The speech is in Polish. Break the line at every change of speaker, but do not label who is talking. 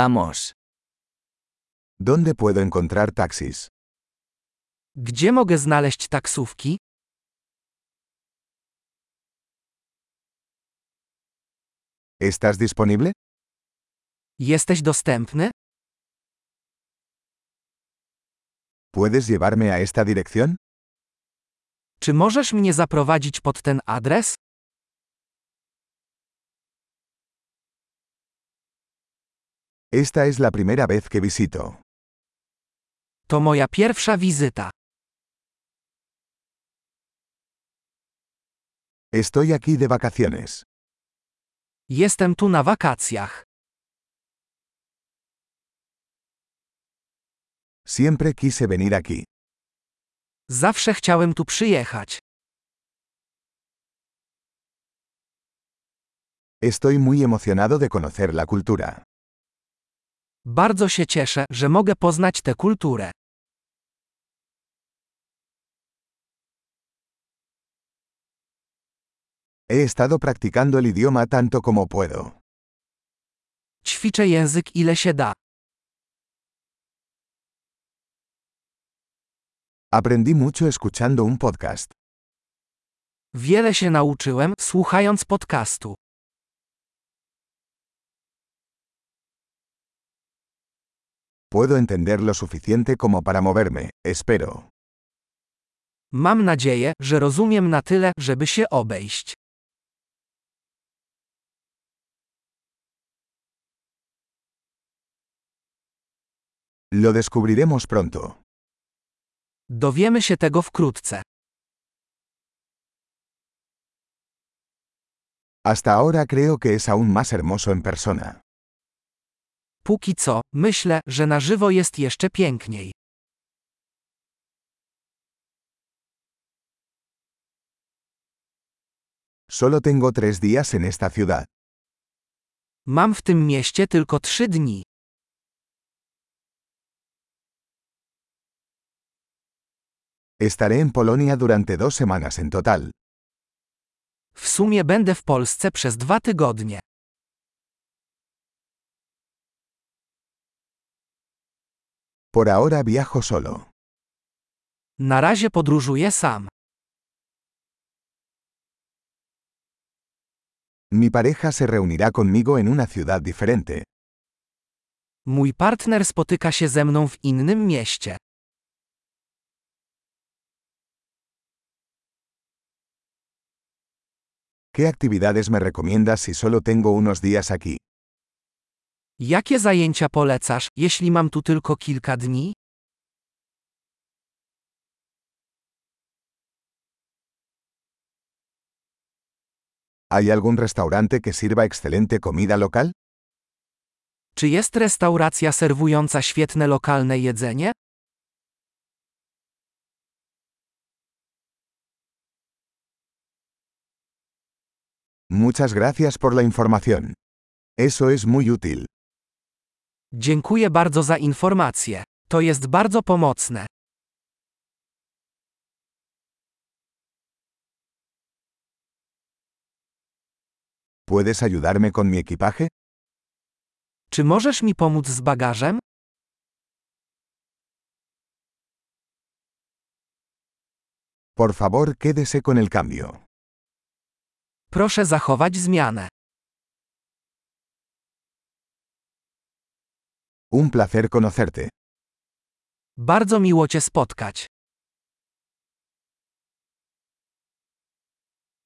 Vamos.
¿Dónde puedo encontrar taxis?
Gdzie mogę znaleźć taksówki?
¿Estás disponible?
Jesteś dostępny?
¿Puedes llevarme a esta dirección?
Czy możesz mnie zaprowadzić pod ten adres?
Esta es la primera vez que visito.
To moja pierwsza wizyta.
Estoy aquí de vacaciones.
Jestem tu na wakacjach.
Siempre quise venir aquí.
Zawsze chciałem tu przyjechać.
Estoy muy emocionado de conocer la cultura.
Bardzo się cieszę, że mogę poznać tę kulturę.
He estado practicando el idioma tanto como puedo.
Ćwiczę język ile się da.
Aprendí mucho escuchando un podcast.
Wiele się nauczyłem, słuchając podcastu.
Puedo entender lo suficiente como para moverme, espero.
Mam nadzieję, że rozumiem na tyle, żeby się obejść.
Lo descubriremos pronto.
Dowiemy się tego wkrótce.
Hasta ahora creo que es aún más hermoso en persona.
Póki co, myślę, że na żywo jest jeszcze piękniej.
Solo tengo tres días en esta ciudad.
Mam w tym mieście tylko trzy dni.
Estaré en Polonia durante dos semanas en total.
W sumie będę w Polsce przez dwa tygodnie.
Por ahora viajo solo.
Na razie podróżuję sam.
Mi pareja se reunirá conmigo en una ciudad diferente.
Mój partner spotyka się ze mną w innym mieście.
¿Qué actividades me recomiendas si solo tengo unos días aquí?
Jakie zajęcia polecasz, jeśli mam tu tylko kilka dni?
¿Hay algún restaurante que sirva excelente comida local?
Czy jest restauracja serwująca świetne lokalne jedzenie?
Muchas gracias por la información. Eso es muy útil.
Dziękuję bardzo za informację. To jest bardzo pomocne.
¿Puedes ayudarme con mi equipaje?
Czy możesz mi pomóc z bagażem?
Por favor, quédese con el cambio.
Proszę zachować zmianę.
Un placer conocerte.
Bardzo miło Cię spotkać.